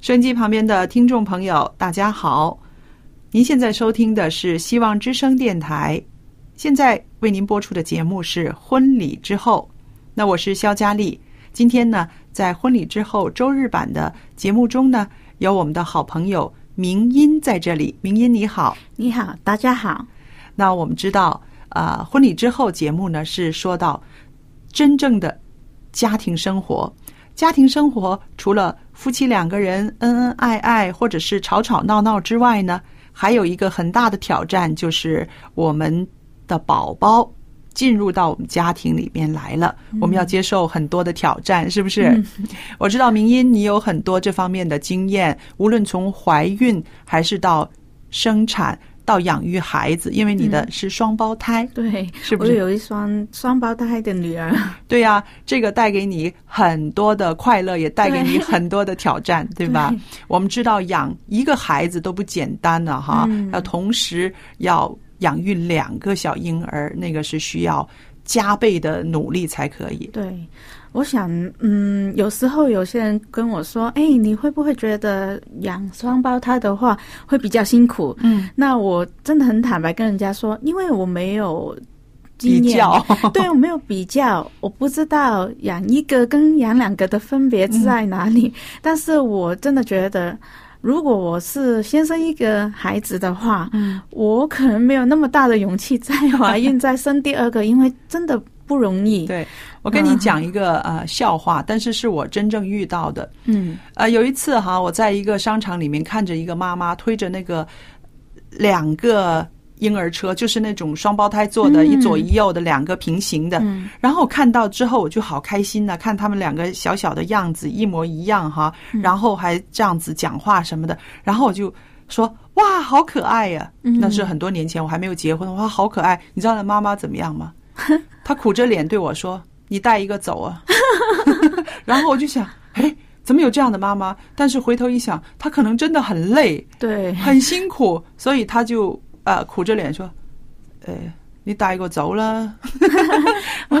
收音机旁边的听众朋友，大家好！您现在收听的是希望之声电台，现在为您播出的节目是《婚礼之后》。那我是肖佳丽，今天呢，在《婚礼之后》周日版的节目中呢，有我们的好朋友明音在这里。明音你好，你好，大家好。那我们知道，呃，婚礼之后节目呢是说到真正的家庭生活。家庭生活除了夫妻两个人恩恩爱爱或者是吵吵闹闹之外呢，还有一个很大的挑战就是我们的宝宝进入到我们家庭里面来了，我们要接受很多的挑战，是不是？我知道明音，你有很多这方面的经验，无论从怀孕还是到生产到养育孩子，因为你的是双胞胎，对，嗯是不我是？有一双双胞胎的女 儿，对呀、这个带给你很多的快乐，也带给你很多的挑 战，对吧？我们知道养一个孩子都不简单了哈，嗯要同时要养育两个小婴儿，那个是需要加倍的努力才可以。对，我想，嗯，有时候有些人跟我说，哎，你会不会觉得养双胞胎的话会比较辛苦？嗯，那我真的很坦白跟人家说，因为我没有比经验，较 对我没有比较，我不知道养一个跟养两个的分别是在哪里。嗯但是我真的觉得，如果我是先生一个孩子的话，嗯，我可能没有那么大的勇气再怀孕再生第二个，因为真的不容易。 对，我跟你讲一个呃笑话，但是是我真正遇到的。嗯，呃，有一次哈，我在一个商场里面看着一个妈妈推着那个两个婴儿车，就是那种双胞胎坐的，嗯一左一右的两个平行的。嗯然后我看到之后，我就好开心呐、看他们两个小小的样子一模一样哈，嗯然后还这样子讲话什么的，然后我就说哇，好可爱呀、嗯那是很多年前，我还没有结婚，哇，好可爱！你知道那妈妈怎么样吗？ 她苦着脸对我说：“你带一个走啊。” 然后我就想，哎，怎么有这样的妈妈？但是回头一想，她可能真的很 累，对，很辛苦，所以她就呃苦着脸说：“呃，你带一个走了。我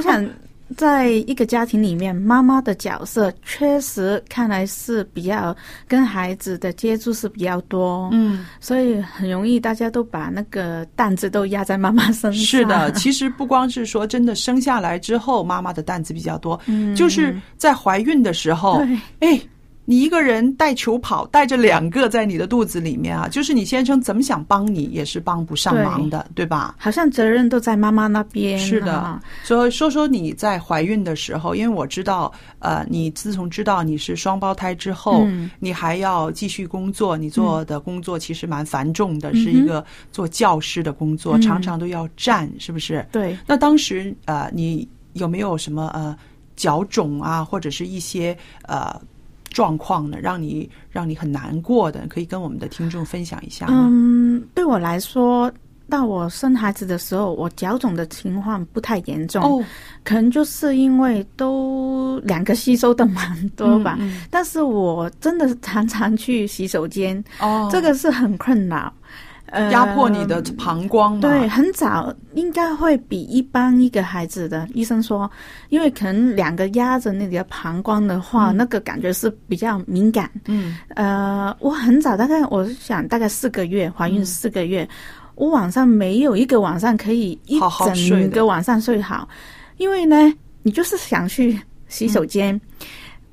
想。在一个家庭里面，妈妈的角色确实看来是比较跟孩子的接触是比较多，”，嗯，所以很容易大家都把那个担子都压在妈妈 身上。是 的，其实不光是说真的生下来之后，妈妈的担子比较多，嗯就是在怀孕的时候，对哎，你一个人带球跑，带着两个在你的肚子里面啊，就是你先生怎么想帮你也是帮不上忙的，对吧？好像责任都在妈妈那边。是的哈，所以说说你在怀孕的时候，因为我知道，呃，你自从知道你是双胞胎之后，嗯你还要继续工作，你做的工作其实蛮繁重的，是一个做教师的工作，嗯常常都要站，是不是？对，那当时呃，你有没有什么呃脚肿啊，或者是一些呃状况呢，让你让你很难过的？可以跟我们的听众分享一下吗？嗯嗯，对我来说，到我生孩子的时候，我脚肿的情况不太严重，哦，可能就是因为都两个吸收的蛮多吧。嗯但是我真的常常去洗手间，哦，这个是很困扰，呃压迫你的膀胱嘛？对，，很早应该会比一般一个孩子的医生说，因为可能两个压着那里的膀胱的话，那个感觉是比较敏感。嗯，呃，我很早，大概我想大概四个月，怀孕四个月，我晚上没有一个晚上可以一好好睡的整个晚上睡好，因为呢，你就是想去洗手间，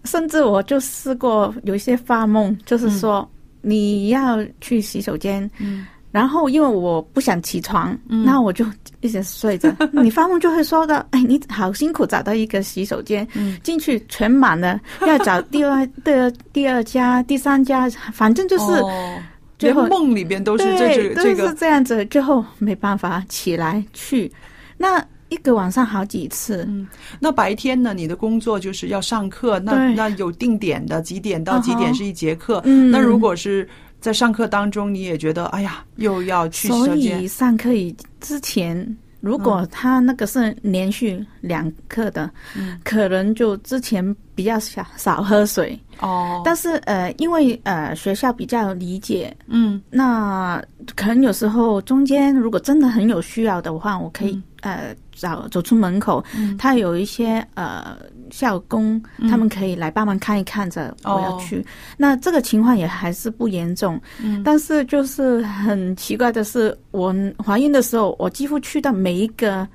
甚至我就试过有一些发梦，就是说、你要去洗手间，嗯然后因为我不想起床，嗯那我就一直睡 着。你发梦就会说到，哎，你好辛苦找到一个洗手间，嗯进去全 满了，要找第二、第二、第二家、第三家，反正就是、哦最连后梦里边都是这对，这这都是个，这样子。最后没办法起来去，那一个晚上好几次，嗯那白天呢？你的工作就是要上课，那对那有定点的，几点到几点嗯哼是一节课。嗯那如果是在上课当中，你也觉得哎呀，又要去洗所手间以，上课以之前，如果他那个是连续两课的，嗯可能就之前比较少少喝水，哦，但是呃，因为呃学校比较理解，嗯那可能有时候中间如果真的很有需要的话，我可以、呃找走出门口，嗯他有一些呃校工，他们可以来帮忙看一看着我要去。那这个情况也还是不严重，哦嗯但是就是很奇怪的是，我怀孕的时候，我几乎去到每一个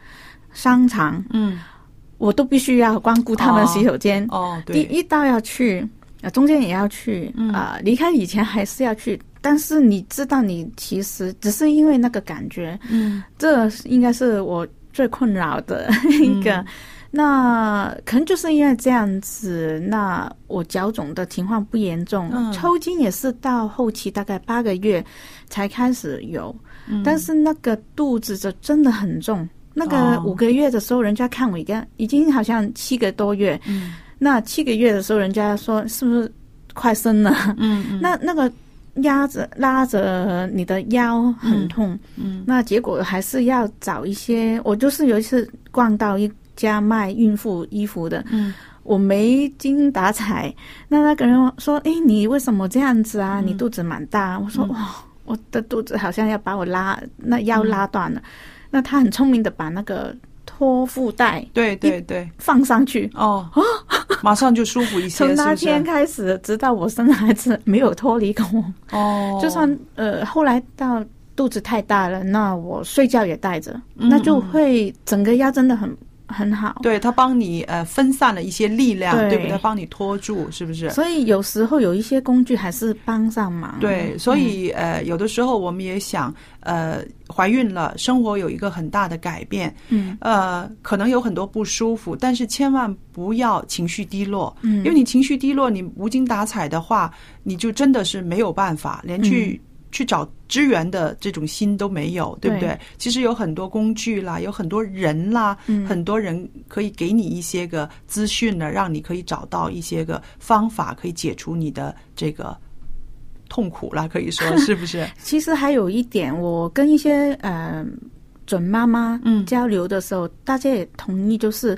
商场，嗯，我都必须要光顾他们的洗手间。哦，第对，嗯一道要去，啊，中间也要去，啊、离开以前还是要去。但是你知道，你其实只是因为那个感觉，嗯 这应该是我最困扰的 一个。嗯那可能就是因为这样子，那我脚肿的情况不严重，嗯抽筋也是到后期大概八个月才开始有，嗯但是那个肚子就真的很重。那个哦五个月的时候，人家看我已经已经好像七个多月，嗯那七个月的时候，人家说是不是快生了？嗯嗯那那个压着拉着你的腰很痛，嗯那结果还是要找一些。我就是有一次逛到一家卖孕妇衣服的，嗯我没精打采。那那个人说：“哎，你为什么这样子嗯啊？你肚子蛮大。”我说：“哇、哦我的肚子好像要把我拉那腰嗯拉断了。那他很聪明的把那个托腹带对对对，放上去。哦， 马上就舒服一些，从是那不天是？开始，直到我生孩子，没有脱离过我。哦，就算呃后来到肚子太大了，那我睡觉也带着，那就会整个腰真的很很好。嗯对他帮你呃分散了一些力量，对对不对？帮你拖住，是不是？所以有时候有一些工具还是帮上忙。对，所以嗯呃，有的时候我们也想，呃，怀孕了，生活有一个很大的改变，嗯，呃，可能有很多不舒服，但是千万不要情绪低落，嗯因为你情绪低落，你无精打采的话，你就真的是没有办法，连去、去找支援的这种心都没有，对不对？对其实有很多工具啦，有很多人啦，嗯很多人可以给你一些个资讯呢，让你可以找到一些个方法，可以解除你的这个痛苦啦，可以说是不是？其实还有一点，我跟一些呃准妈妈嗯交流的时候，大家也同意，就是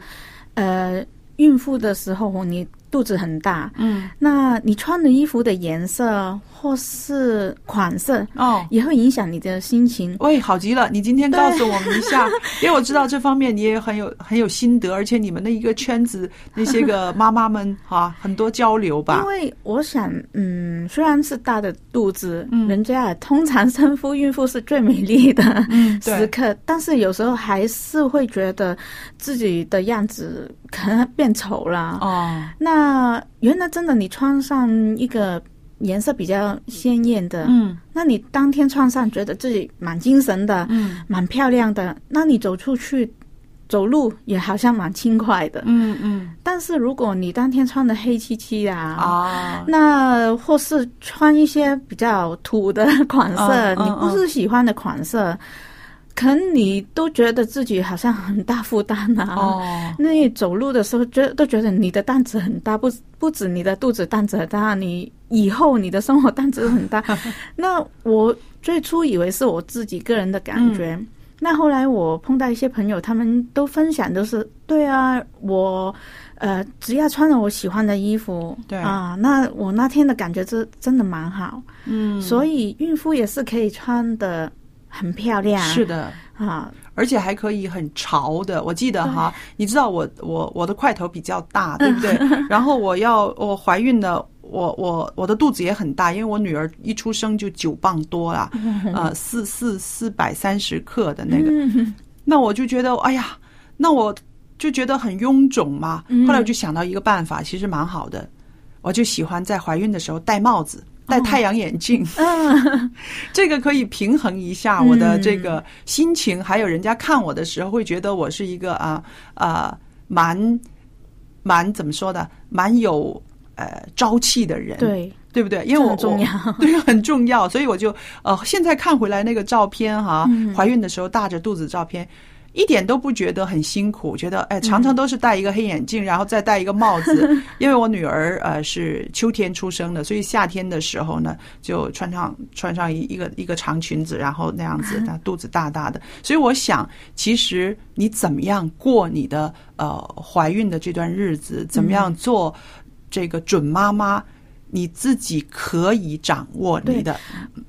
呃孕妇的时候你肚子很大，嗯，那你穿的衣服的颜色或是款式，哦。也会影响你的心情。喂，好极了！你今天告诉我们一 下，因为我知道这方面你也很有很有心得，而且你们的一个圈子那些个妈妈们哈、很多交流吧因。为我想，嗯，虽然是大的肚子，嗯人家通常称呼孕妇是最美丽的嗯 对时刻，但是有时候还是会觉得自己的样子可能变丑了。哦，那原来真的，你穿上一个颜色比较鲜艳的，嗯那你当天穿上觉得自己蛮精神的，嗯蛮漂亮的，那你走出去走路也好像蛮轻快的。嗯嗯但是如果你当天穿的黑漆漆啊，啊，那或是穿一些比较土的款式，嗯嗯嗯你不是喜欢的款式，可能你都觉得自己好像很大负担啊。哦，那你走路的时候，觉都觉得你的担子很大，不不止你的肚子担子很大，你以后你的生活担子 都很大。那我最初以为是我自己个人的感觉，嗯那后来我碰到一些朋友，他们都分享都是，对啊，我呃只要穿了我喜欢的衣服，对啊，那我那天的感觉真真的蛮好，嗯，所以孕妇也是可以穿的很漂亮，是的，啊，而且还可以很潮的。我记得哈，你知道我我我的块头比较大，对不对？然后我要我怀孕了，我我我的肚子也很大，因为我女儿一出生就九磅多啦，呃，四四四百三十克的那个。那我就觉得，哎呀，那我就觉得很臃肿嘛。后来我就想到一个办法，其实蛮好的，我就喜欢在怀孕的时候戴帽子。戴太阳眼镜，嗯这个可以平衡一下我的这个心情，还有人家看我的时候会觉得我是一个啊啊、蛮蛮怎么说呢，蛮有呃朝气的人，对， 对不对？因为我这很重要我 对很重要，所以我就呃现在看回来那个照片哈、嗯怀孕的时候大着肚子照片。一点都不觉得很辛苦，觉得哎，常嗯常都是戴一个黑眼镜，然后再戴一个帽 子。因为我女儿呃是秋天出生的，所以夏天的时候呢，就穿上穿上一一个一个长裙子，然后那样子，她肚子大大的。所以我想，其实你怎么样过你的呃怀孕的这段日子，嗯怎么样做这个准妈妈，你自己可以掌握你的。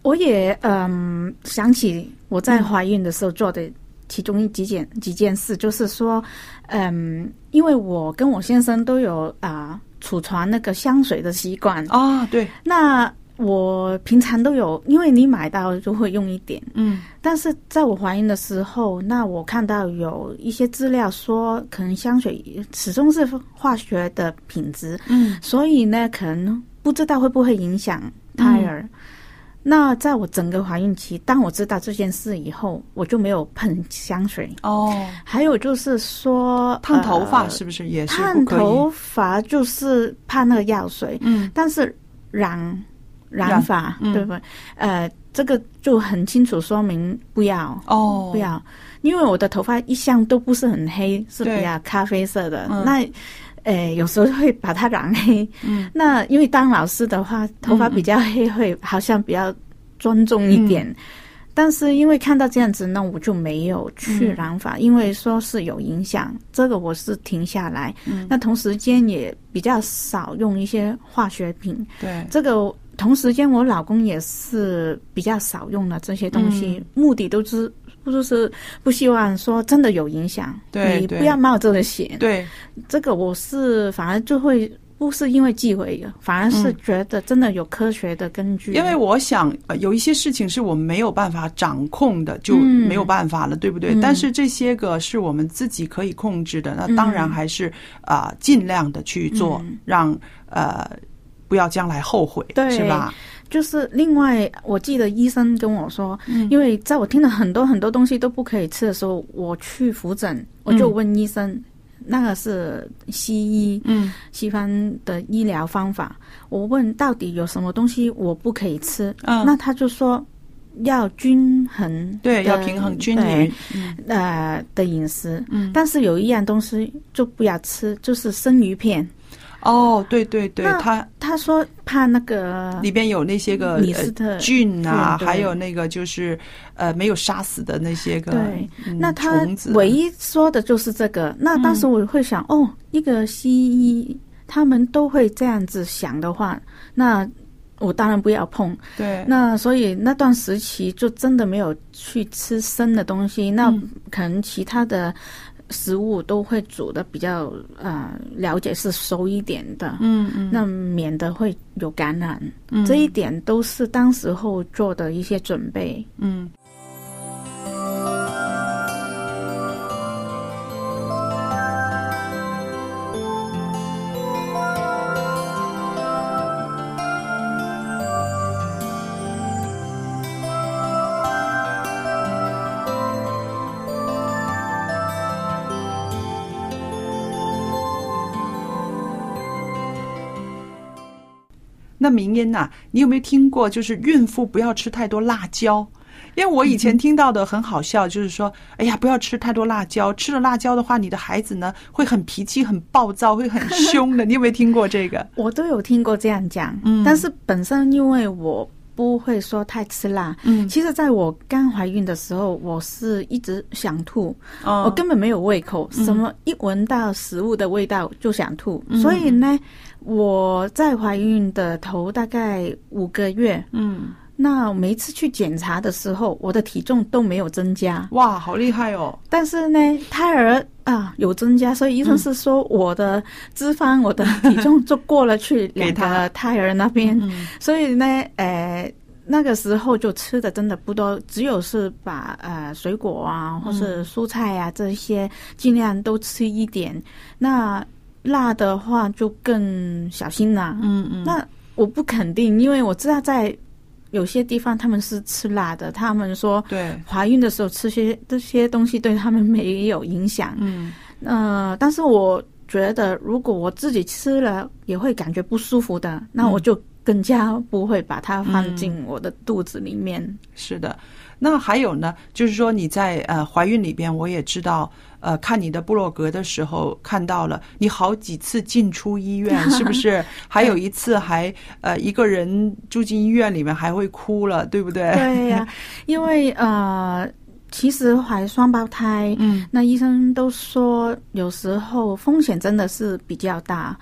我也嗯想起我在怀孕的时候做的其中一几件几件事，就是说，嗯，因为我跟我先生都有啊、储存那个香水的习惯，啊，对，那我平常都有，因为你买到就会用一点，嗯，但是在我怀孕的时候，那我看到有一些资料说，可能香水始终是化学的品质，嗯，所以呢，可能不知道会不会影响胎儿。嗯那在我整个怀孕期，当我知道这件事以后，我就没有喷香水。哦，还有就是说，烫头发呃是不是也是不烫可以？头发就是怕那个药水，嗯，但是染染染发嗯对不对？呃，这个就很清楚说明不要。哦，不，要，因为我的头发一向都不是很黑，是对比较咖啡色的。嗯那，呃，有时候会把它染黑。嗯，那因为当老师的话，头发比较黑会好像比较庄重一点。嗯但是因为看到这样子，那我就没有嗯去染发，因为说是有影响，这个我是停下来。嗯那同时间也比较少用一些化学品，对，这个同时间，我老公也是比较少用了这些东嗯西，目的都是就是不希望说真的有影响，对你对不要冒这个险。对，这个我是反而就会不是因为忌讳，反而是觉得真的有科学的根据。嗯因为我想、呃有一些事情是我们没有办法掌控的，就嗯没有办法了，对不对？嗯但是这些个是我们自己可以控制的，那当然还是啊、尽量的去做，让呃不要将来后悔，嗯对是吧？就是另外，我记得医生跟我说，嗯因为在我听了很多很多东西都不可以吃的时候，我去复诊，嗯我就问医生，那个是西医，嗯，西方的医疗方法，我问到底有什么东西我不可以吃，嗯那他就说要均衡，对，要平衡均匀，，嗯对呃的饮食，嗯，但是有一样东西就不要吃，就是生鱼片，哦，对对对，那它他说怕那个里边有那些个李斯特呃、菌啊，对对还有那个就是呃没有杀死的那些个对，嗯那他虫子啊唯一说的就是这个。那当时我会想，哦，一个西医他们都会这样子想的话，那我当然不要碰。对那所以那段时期就真的没有去吃生的东西，那嗯可能其他的食物都会煮的比较呃了解是熟一点的，嗯嗯那免得会有感染。这一点都是当时候做的一些准备。嗯。那明音呐、你有没有听过，就是孕妇不要吃太多辣椒？因为我以前听到的很好笑，就是说，哎呀，不要吃太多辣椒，吃了辣椒的话，你的孩子呢会很脾气、很暴躁、会很凶 的。你有没有听过这个？我都有听过这样讲，嗯但是本身因为我不会说太吃辣，嗯其实在我刚怀孕的时候，我是一直想吐，哦嗯我根本没有胃口，什么一闻到食物的味道就想吐，所以呢，我在怀孕的头大概五个月，嗯，那每一次去检查的时候，我的体重都没有增加，哇，好厉害哦！但是呢，胎儿啊有增加，所以医嗯生是说我的脂肪、我的体重就过了去给两他个胎儿那边，嗯所以呢，呃，那个时候就吃的真的不多，只有是把呃水果啊或嗯是蔬菜啊这些尽量都吃一点，那辣的话就更小心啦、嗯嗯，那我不肯定，因为我知道在有些地方他们是吃辣的，他们说。对，怀孕的时候吃些这些东西对他们没有影响。嗯呃，但是我觉得如果我自己吃了也会感觉不舒服的，那我就更加不会把它放进我的肚子里面。是的。那还有呢，就是说你在呃怀孕里边，我也知道，呃，看你的部落格的时候看到了你好几次进出医 院，是不是？还有一次还呃一个人住进医院里面还会哭了，对不对？ 对呀、因为呃，其实怀双胞胎，嗯，那医生都说，有时候风险真的是比较大。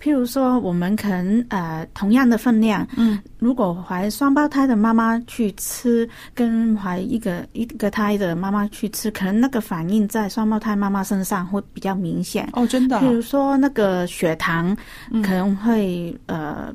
譬如说，我们可能呃同样的分量，嗯，如果怀双胞胎的妈妈去吃，跟怀一个一个胎的妈妈去吃，可能那个反应在双胞胎妈妈身上会比较明显。哦，真的啊、嗯譬如说，那个血糖可能会、呃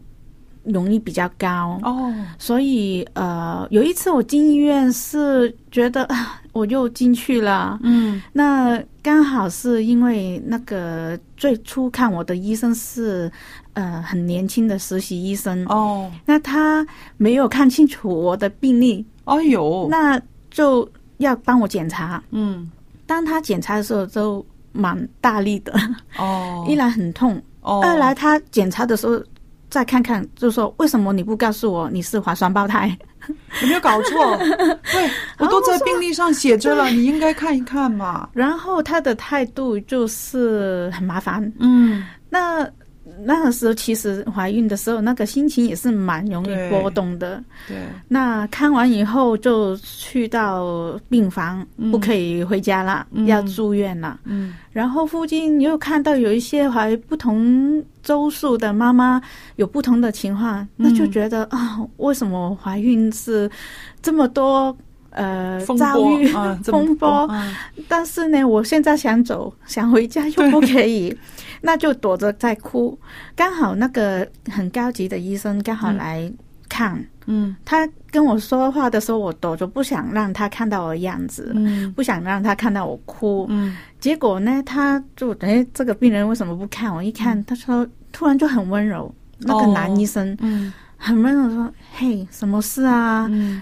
容易比较高，哦，所以呃，有一次我进医院是觉得啊我又进去了，嗯那刚好是因为那个最初看我的医生是呃很年轻的实习医生，哦，那他没有看清楚我的病历，哎呦，那就要帮我检查。嗯当他检查的时候都蛮大力的，哦，一来很痛，哦，二来他检查的时候再看看，就说为什么你不告诉我你是怀双胞胎？有没有搞 错？对我都在病历上写着哦了，你应该看一看嘛。然后他的态度就是很麻烦。嗯，那那个时候其实怀孕的时候，那个心情也是蛮容易波动的。对，那看完以后就去到病房，嗯不可以回家啦，嗯要住院啦。嗯然后附近又看到有一些怀不同周数的妈妈有不同的情嗯况，那就觉得啊、为什么怀孕是这么多呃风遭波遇 啊，这么风波？嗯但是呢，我现在想走，想回家又不可以， 那就躲着在哭。刚好那个很高级的医生刚好来看，嗯他跟我说话的时候，我躲着不想让他看到我的样子，嗯不想让他看到我哭。嗯结果呢，他就哎，这个病人为什么不看我？一看，他说突然就很温柔，那个嗯哦男医生、嗯很温柔地说：“嘿，什么事啊？”嗯，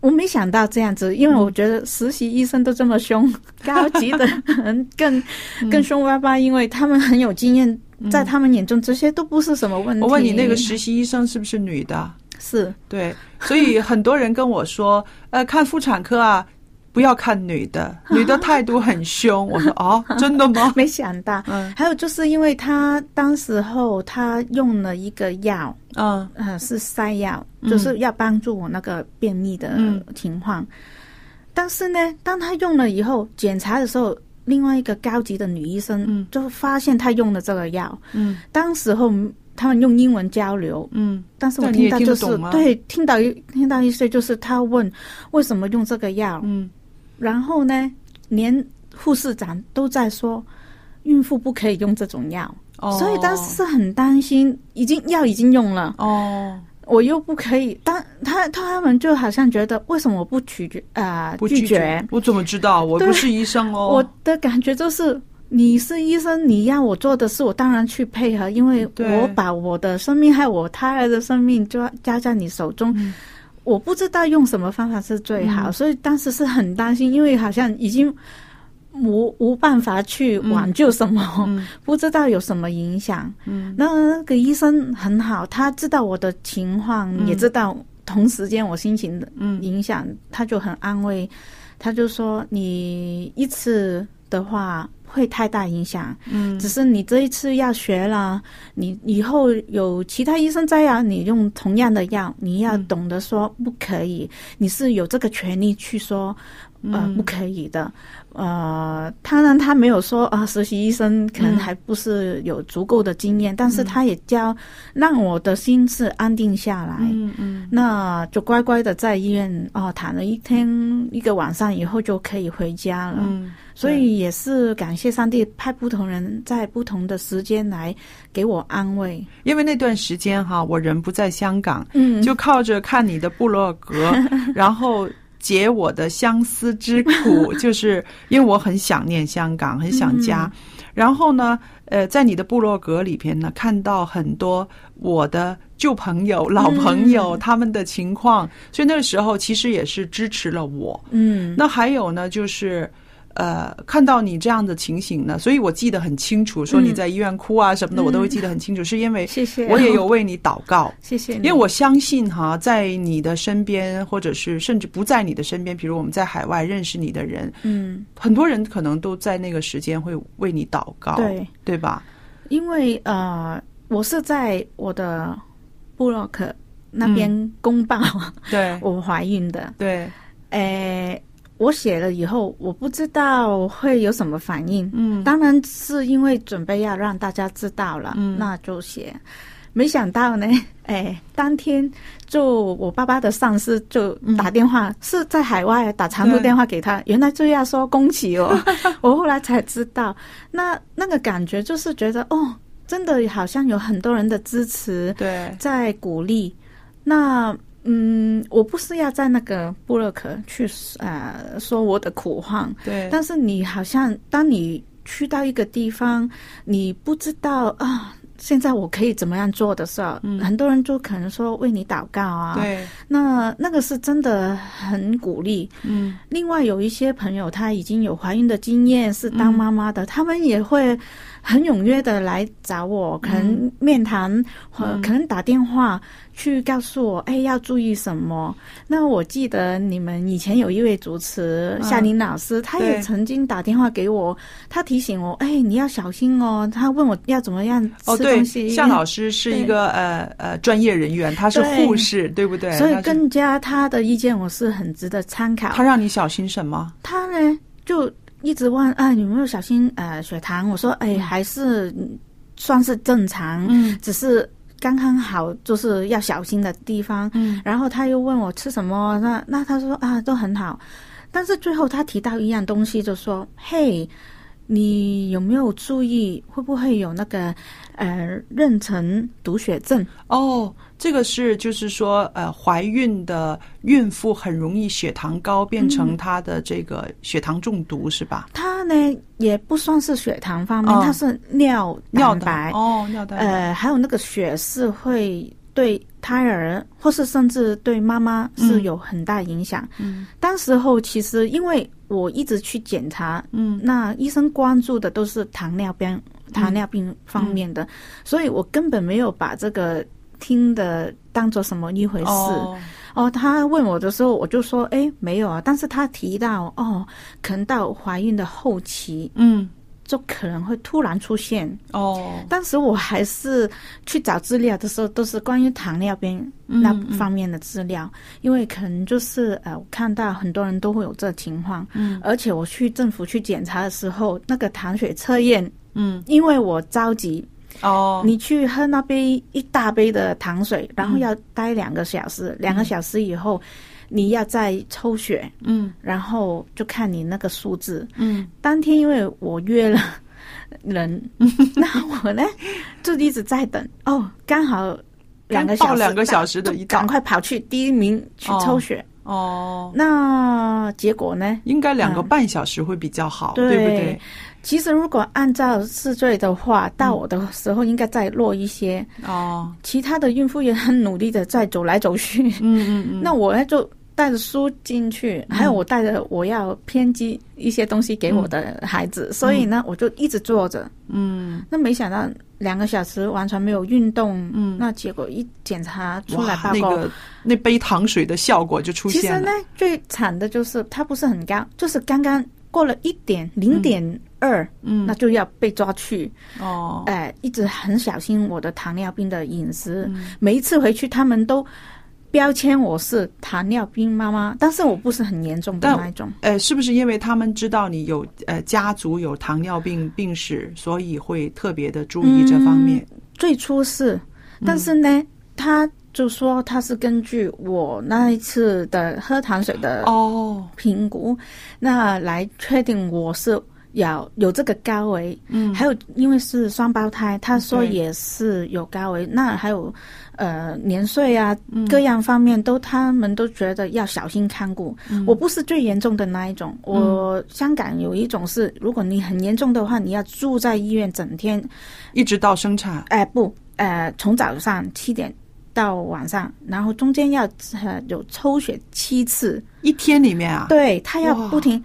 我没想到这样子，因为我觉得实习医生都这么 凶，高级的人更嗯更凶巴巴，因为他们很有经验，在他们眼中这些都不是什么问题。我问你，那个实习医生是不是女的？是对，所以很多人跟我说， 呃，看妇产科啊，不要看女的，女的态度很凶。我说哦，真的吗？没想到，嗯还有就是因为他当时候他用了一个药，嗯呃，是塞药，嗯就是要帮助我那个便秘的嗯情况。但是呢，当他用了以后，检查的时候，另外一个高级的女医嗯生就发现他用了这个药。嗯当时候他们用英文交流，嗯但是我但你也听到就听得是懂吗对，听到一听到一些就是他问为什么用这个药，嗯，然后呢，连护士长都在说孕妇不可以用这种药，哦所以当时是很担心，已经药已经用了，哦，我又不可以，当他他们就好像觉得为什么我不拒绝啊、不拒绝，我怎么知道？我不对是医生哦。我的感觉就是，你是医生，你要我做的事，我当然去配合，因为对我把我的生命还有我胎儿的生命就要交在你手中。嗯我不知道用什么方法是最好，所以当时是很担心，因为好像已经无无办法去挽救什么，嗯不知道有什么影响。嗯，那个医生很好，他知道我的情况，也知道同时间我心情的嗯影响，他就很安慰，他就说你一次的话会太大影响，嗯只是你这一次要学了，你以后有其他医生再要你用同样的药，你要嗯懂得说不可以，你是有这个权利去说。嗯呃，不可以的。呃，当然他没有说啊、实习医生可能还不是有足够的经验，嗯但是他也教让我的心是安定下来。嗯嗯那就乖乖的在医院哦躺了一天一个晚上以后就可以回家了。嗯，所以也是感谢上帝派不同人在不同的时间来给我安慰。因为那段时间哈，我人不在香港，嗯就靠着看你的部落 格，然后解我的相思之 苦，就是因为我很想念香港，很想家。嗯然后呢，呃，在你的部落格里边呢，看到很多我的旧朋友、老嗯朋友、他们的情况，所以那个时候其实也是支持了我。嗯那还有呢，就是。呃，看到你这样的情形呢，所以我记得很清楚，说你嗯在医院哭啊什么的，我都会记得很清楚，是因为谢谢我也有为你祷告， 谢谢你，因为我相信哈，在你的身边，或者是甚至不在你的身边，比如我们在海外认识你的人，嗯很多人可能都在那个时间会为你祷告，对，对吧？因为呃，我是在我的部落克那边公报、嗯对 我怀孕的，对，诶，我写了以后，我不知道会有什么反应。嗯当然是因为准备要让大家知道了，嗯那就写。没想到呢， 哎，当天就我爸爸的上司就打电话，是在海外打长途对电话给他，原来就要说恭 喜我，我后来才知道，那那个感觉就是觉得哦，真的好像有很多人的支持，对，在鼓励。那嗯，我不是要在那个布洛克去呃说我的苦况，对，但是你好像当你去到一个地方，你不知道啊。现在我可以怎么样做的时候，嗯很多人就可能说为你祷告啊，对，那那个是真的很鼓励。嗯另外有一些朋友他已经有怀孕的经验，是嗯当妈妈的，他们也会很踊跃的来找我，可嗯能面谈，呃可能打电话去告诉我，哎，要注意什么。那我记得你们以前有一位主持嗯夏琳老师，她对也曾经打电话给我，她提醒我，哎，你要小心哦。她问我要怎么样哦吃对东，西，夏老师是一个呃呃专业人员，他是对护士，对不对？所他以是更加她的意见我是很值得参考。他让你小心什么？他呢就一直问啊，有没有小心呃血糖？我说哎，还是嗯算是正常，嗯只是刚刚好，就是要小心的地方。嗯然后他又问我吃什么，那那他说啊都很好，但是最后他提到一样东西，就说嘿。你有没有注意会不会有那个呃妊娠毒血症？哦，这个是就是说，呃，怀孕的孕妇很容易血糖高，变成她的这个血糖中毒，是吧？它呢也不算是血糖方面，哦它是尿尿蛋嗯蛋白哦，尿蛋白，呃，还有那个血是会对胎儿，或是甚至对妈妈是嗯有很大影响。嗯当时候其实因为我一直去检查，嗯那医生关注的都是糖尿病、糖尿病方面嗯的，所以我根本没有把这个听的当做什么一回事。哦，哦，他问我的时候，我就说，哎，没有啊。但是他提到，哦，可能到怀孕的后期，嗯就可能会突然出现。哦，当时我还是去找资料的时候，都是关于糖尿病嗯那方面的资料，因为可能就是呃，我看到很多人都会有这情况，嗯而且我去政府去检查的时候，那个糖水测验，嗯因为我着急，哦，嗯你去喝那杯一大杯的糖水，然后要待两个小时，两个小时以后，你要再抽血，嗯然后就看你那个数字，嗯当天因为我约了人， 那我呢就一直在等哦，刚好两个刚小到时，两个小时的一到赶快跑去第一名去抽血。哦，那结果呢？应该两个嗯半小时会比较好，对对不对？其实如果按照次序的话，到嗯我的时候应该再落一些。哦，其他的孕妇也很努力的在走来走去，嗯嗯嗯，嗯那我呢就带着书进去，还有我带着我要编辑一些东西给我的孩子，所以呢，我就一直坐着。嗯，那没想到两个小时完全没有运动，嗯那结果一检查出来哇，报那告，个那杯糖水的效果就出其实现呢了。，最惨的就是它不是很高，就是刚刚过了一点零点二，嗯那就要被抓去。哦，嗯哎、一直很小心我的糖尿病的饮食，每一次回去他们都标签我是糖尿病妈妈，但是我不是很严重的但那一种。呃，是不是因为他们知道你有呃家族有糖尿病病史，所以会特别的注意这方面？最初是，嗯但是呢，他就说他是根据我那一次的喝糖水的哦，评估，那来确定我是有有这个高危，嗯，还有因为是双胞胎，他说对也是有高危，那还有呃年岁啊，嗯各样方面都他们都觉得要小心看顾。嗯我不是最严重的那一种，我香港有一种是，如果你很严重的话，你要住在医院整天，一直到生产，哎、不，呃从早上七点。到晚上，然后中间要呃有抽血七次，一天里面啊，对他要哇不停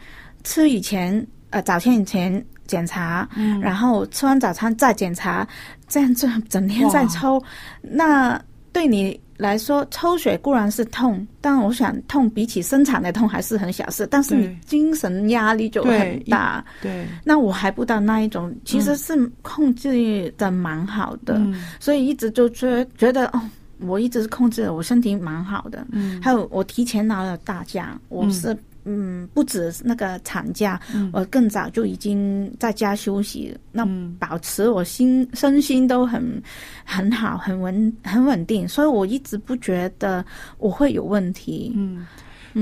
吃以前呃早前以前检查，嗯然后吃完早餐再检查，这样就整天在哇抽。那对你来说，抽血固然是痛，但我想痛比起生产的痛还是很小事，但是你对精神压力就对很一嗯大。对，那我还不到那一种，其实是控制的蛮好的，嗯所以一直就觉觉得哦，我一直控制我身体蛮好的。嗯，还有我提前拿了大假，我是嗯不止那个产假，我更早就已经在家休息，那嗯保持我心身心都很很好，很稳很稳定，所以我一直不觉得我会有问题。嗯，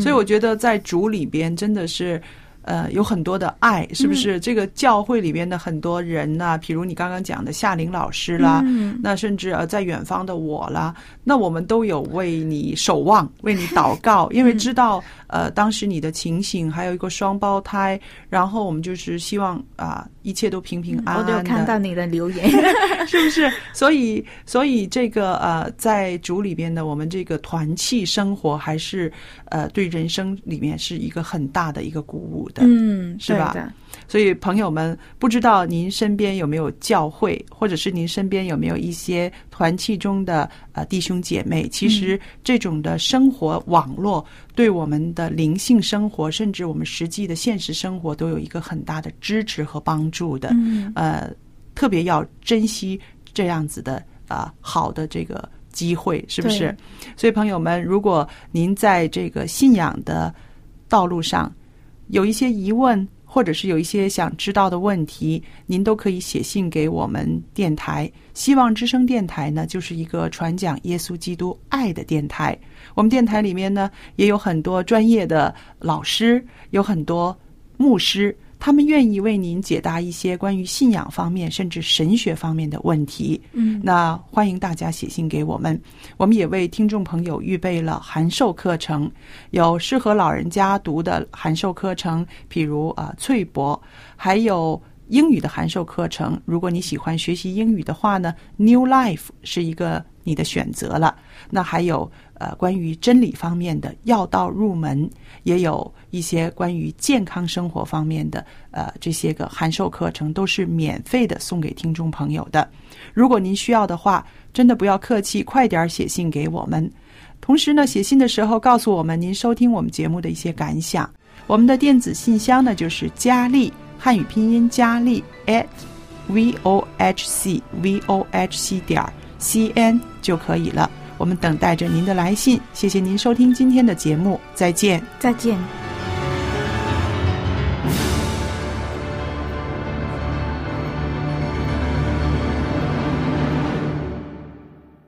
所以我觉得在主里边真的是。呃，有很多的爱，是嗯不是？这个教会里边的很多人呐、比如你刚刚讲的夏琳老师啦，嗯那甚至呃在远方的我啦，那我们都有为你守望，为你祷告，因嗯为知道呃当时你的情形，还有一个双胞胎，然后我们就是希望啊、一切都平平安嗯我安都的。有看到你的 留言，是不是？所以，所以这个呃，在主里边呢，我们这个团契生活还是呃，对人生里面是一个很大的一个鼓舞的。嗯，是吧对的所以，朋友们，不知道您身边有没有教会，或者是您身边有没有一些团契中的呃弟兄姐妹？其实，这种的生活网络对我们的灵性生活，甚至我们实际的现实生活，都有一个很大的支持和帮助的。嗯呃，特别要珍惜这样子的啊、呃好的这个机会，是不是？所以朋友们，如果您在这个信仰的道路上有一些疑问，或者是有一些想知道的问题，您都可以写信给我们电台。希望之声电台呢，就是一个传讲耶稣基督爱的电台。我们电台里面呢，也有很多专业的老师，有很多牧师，他们愿意为您解答一些关于信仰方面，甚至神学方面的问题。嗯，那欢迎大家写信给我们。我们也为听众朋友预备了函授课程，有适合老人家读的函授课程，譬如啊、呃翠博，还有。英语的函授课程，如果你喜欢学习英语的话呢，New Life 是一个你的选择了。那还有呃，关于真理方面的要道入门，也有一些关于健康生活方面的呃这些个函授课程都是免费的送给听众朋友的。如果您需要的话，真的不要客气，快点儿写信给我们。同时呢，写信的时候告诉我们您收听我们节目的一些感想。我们的电子信箱呢就是佳丽汉语拼音佳丽 at v o h c v o h c 点 c n 就可以了。我们等待着您的来信。谢谢您收听今天的节目，再见。再见。